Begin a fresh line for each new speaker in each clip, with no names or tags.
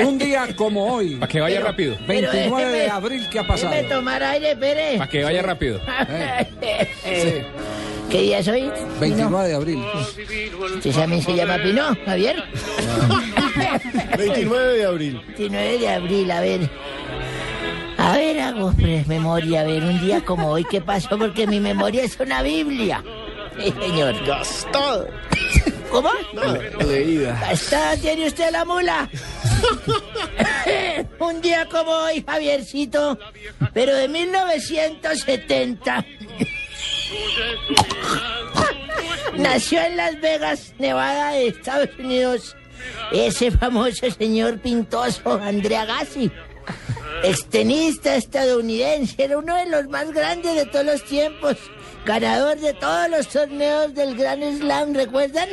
Un día como hoy,
Para que vaya
Pero-
rápido.
pero
29 de
déjeme-
abril, ¿qué ha
Déjeme
pasado?
tomar aire, Pérez.
Para que vaya rápido.
Sí,
¿Qué día es hoy?
29 de abril.
¿Usted también se llama Pino, Javier?
29 de abril.
29 de abril, a ver. A ver, hago pues, memoria, a ver, un día como hoy, ¿qué pasó? Porque mi memoria es una Biblia. Sí, señor.
Gastado.
¿Cómo?
Leída.
¿Está, tiene usted la mula? un día como hoy, Javiercito, pero de 1970. Nació en Las Vegas, Nevada, de Estados Unidos, ese famoso señor pintoso, Andrea Gassi. Extenista estadounidense, era uno de los más grandes de todos los tiempos, ganador de todos los torneos del Grand Slam, ¿recuerdan?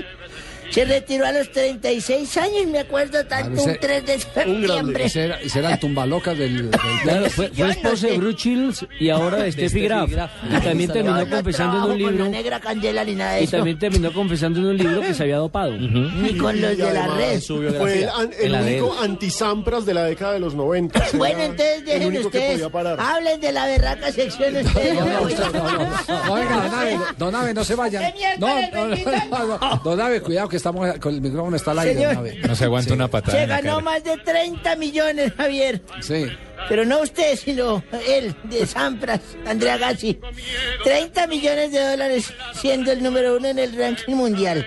Se retiró a los 36 años, me acuerdo tanto,
Ah, ese-
un 3 de septiembre.
Ese era, ese era el tumbalocas del... del-
Claro, fue,
Yo
fue
no
esposa
sé.
de Bruce Shields y ahora de Steffi Graf. Y también
Yo
terminó
no
confesando en
trabajo con
un
la
libro.
negra candela ni nada de
Y
eso,
también terminó confesando en un libro que se había dopado.
ni con los de la red.
Fue el, an- el
En la de
único anti-Sampras de la década de los 90. Era
Bueno, entonces
el
dejen
único que
ustedes,
podía parar.
hablen de la berraca sección ustedes. yo me voy.
No, venga, don Ave, don Ave, no se vayan. No, no, no, no, don Ave, cuidado que estamos con el micrófono está al aire, don Ave.
No se aguanta una patada.
Se
en la
ganó
cara.
más de 30 millones, Javier.
Sí.
Pero no usted, sino él, de Sampras, Andrea Gassi. 30 millones de dólares, siendo el número uno en el ranking mundial.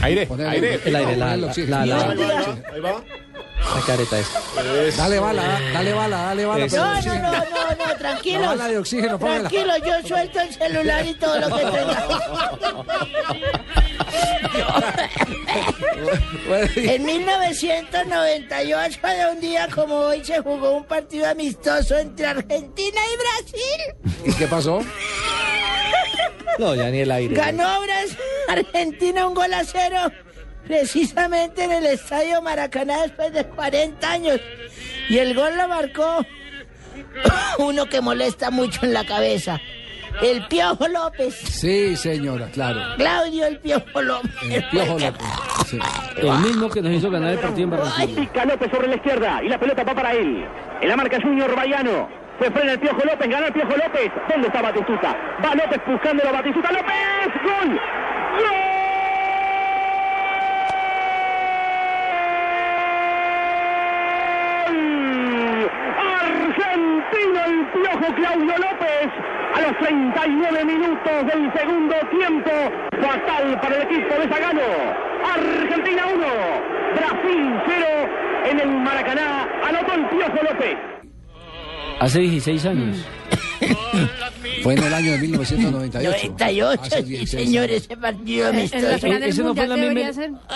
Aire,
Ponele-
aire.
El aire, la, la, la- la-
Yo-
Ahí va.
la careta esa.
Dale bala, da- dale bala, dale bala.
Eso.
pero
No, no,
oxígeno.
no, no, no, tranquilo.
La bala de oxígeno, póngala.
Tranquilo, yo suelto el celular y todo lo que tenga.
Bueno,
En 1998, de un día como hoy, se jugó un partido amistoso entre Argentina y Brasil.
¿y ¿Qué pasó?
No, ya ni el aire.
Ganó Brasil, Argentina un gol a cero, precisamente en el estadio Maracaná después de 40 años. Y el gol lo marcó uno que molesta mucho en la cabeza, el Piojo López.
Sí, señora, claro.
Claudio el Piojo López.
El piojo López. Sí.
El mismo que nos hizo ganar el partido en Barranquilla.
Pica López sobre la izquierda y la pelota va para él. En la marca Junior Bayano. Se frena el Piojo López, gana el Piojo López. ¿Dónde está Batistuta? Va López buscándolo a Batistuta. ¡López! ¡Gol! ¡Gol! Argentino el Piojo Claudio López. A los 39 minutos del segundo tiempo. Fatal para el equipo de Zagano. Argentina 1, Brasil 0. En el Maracaná anotó el Piojo López.
Hace 16 años.
Fue en el año de 1998.
98,
Hace
sí,
16
señor, ese partido amistoso.
Eh, Ese no fue la misma, eh,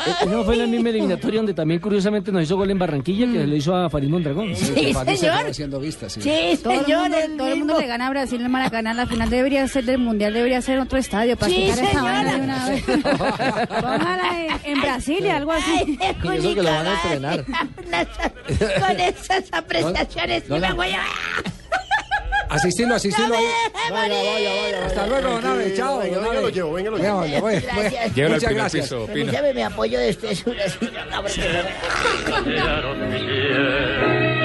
ese no fue la misma eliminatoria donde también curiosamente nos hizo gol en Barranquilla que se lo hizo a Farid Mondragón.
años. Sí, que
Sí,
París
señor.
estaba haciendo vistas, sí.
Sí,
Todo, el
señor,
mundo,
el
todo el mundo
mismo.
le gana a Brasil en Maracaná. La final debería ser del Mundial, debería ser otro estadio para
Sí,
quitar esta
señora.
vaina de una vez. Póngala en, en Brasilia, algo así.
Ay,
eso que lo van a entrenar.
Con esas apreciaciones
No, no,
me
no.
voy a...
Asistilo, asistilo. ahí.
¡Me
Vaya,
morí!
vaya, vaya.
Hasta
vaya.
luego, don Ave.
Tranquilo,
Chao,
Venga,
don
venga,
Ave.
lo llevo, venga, lo
Venga,
llevo.
vale, bueno,
Gracias.
bueno,
Llévalo al
Muchas
primer
gracias.
piso, Pina.
este Permítame, me apoyo de usted, es una señora, porque no me-
Quedaron mis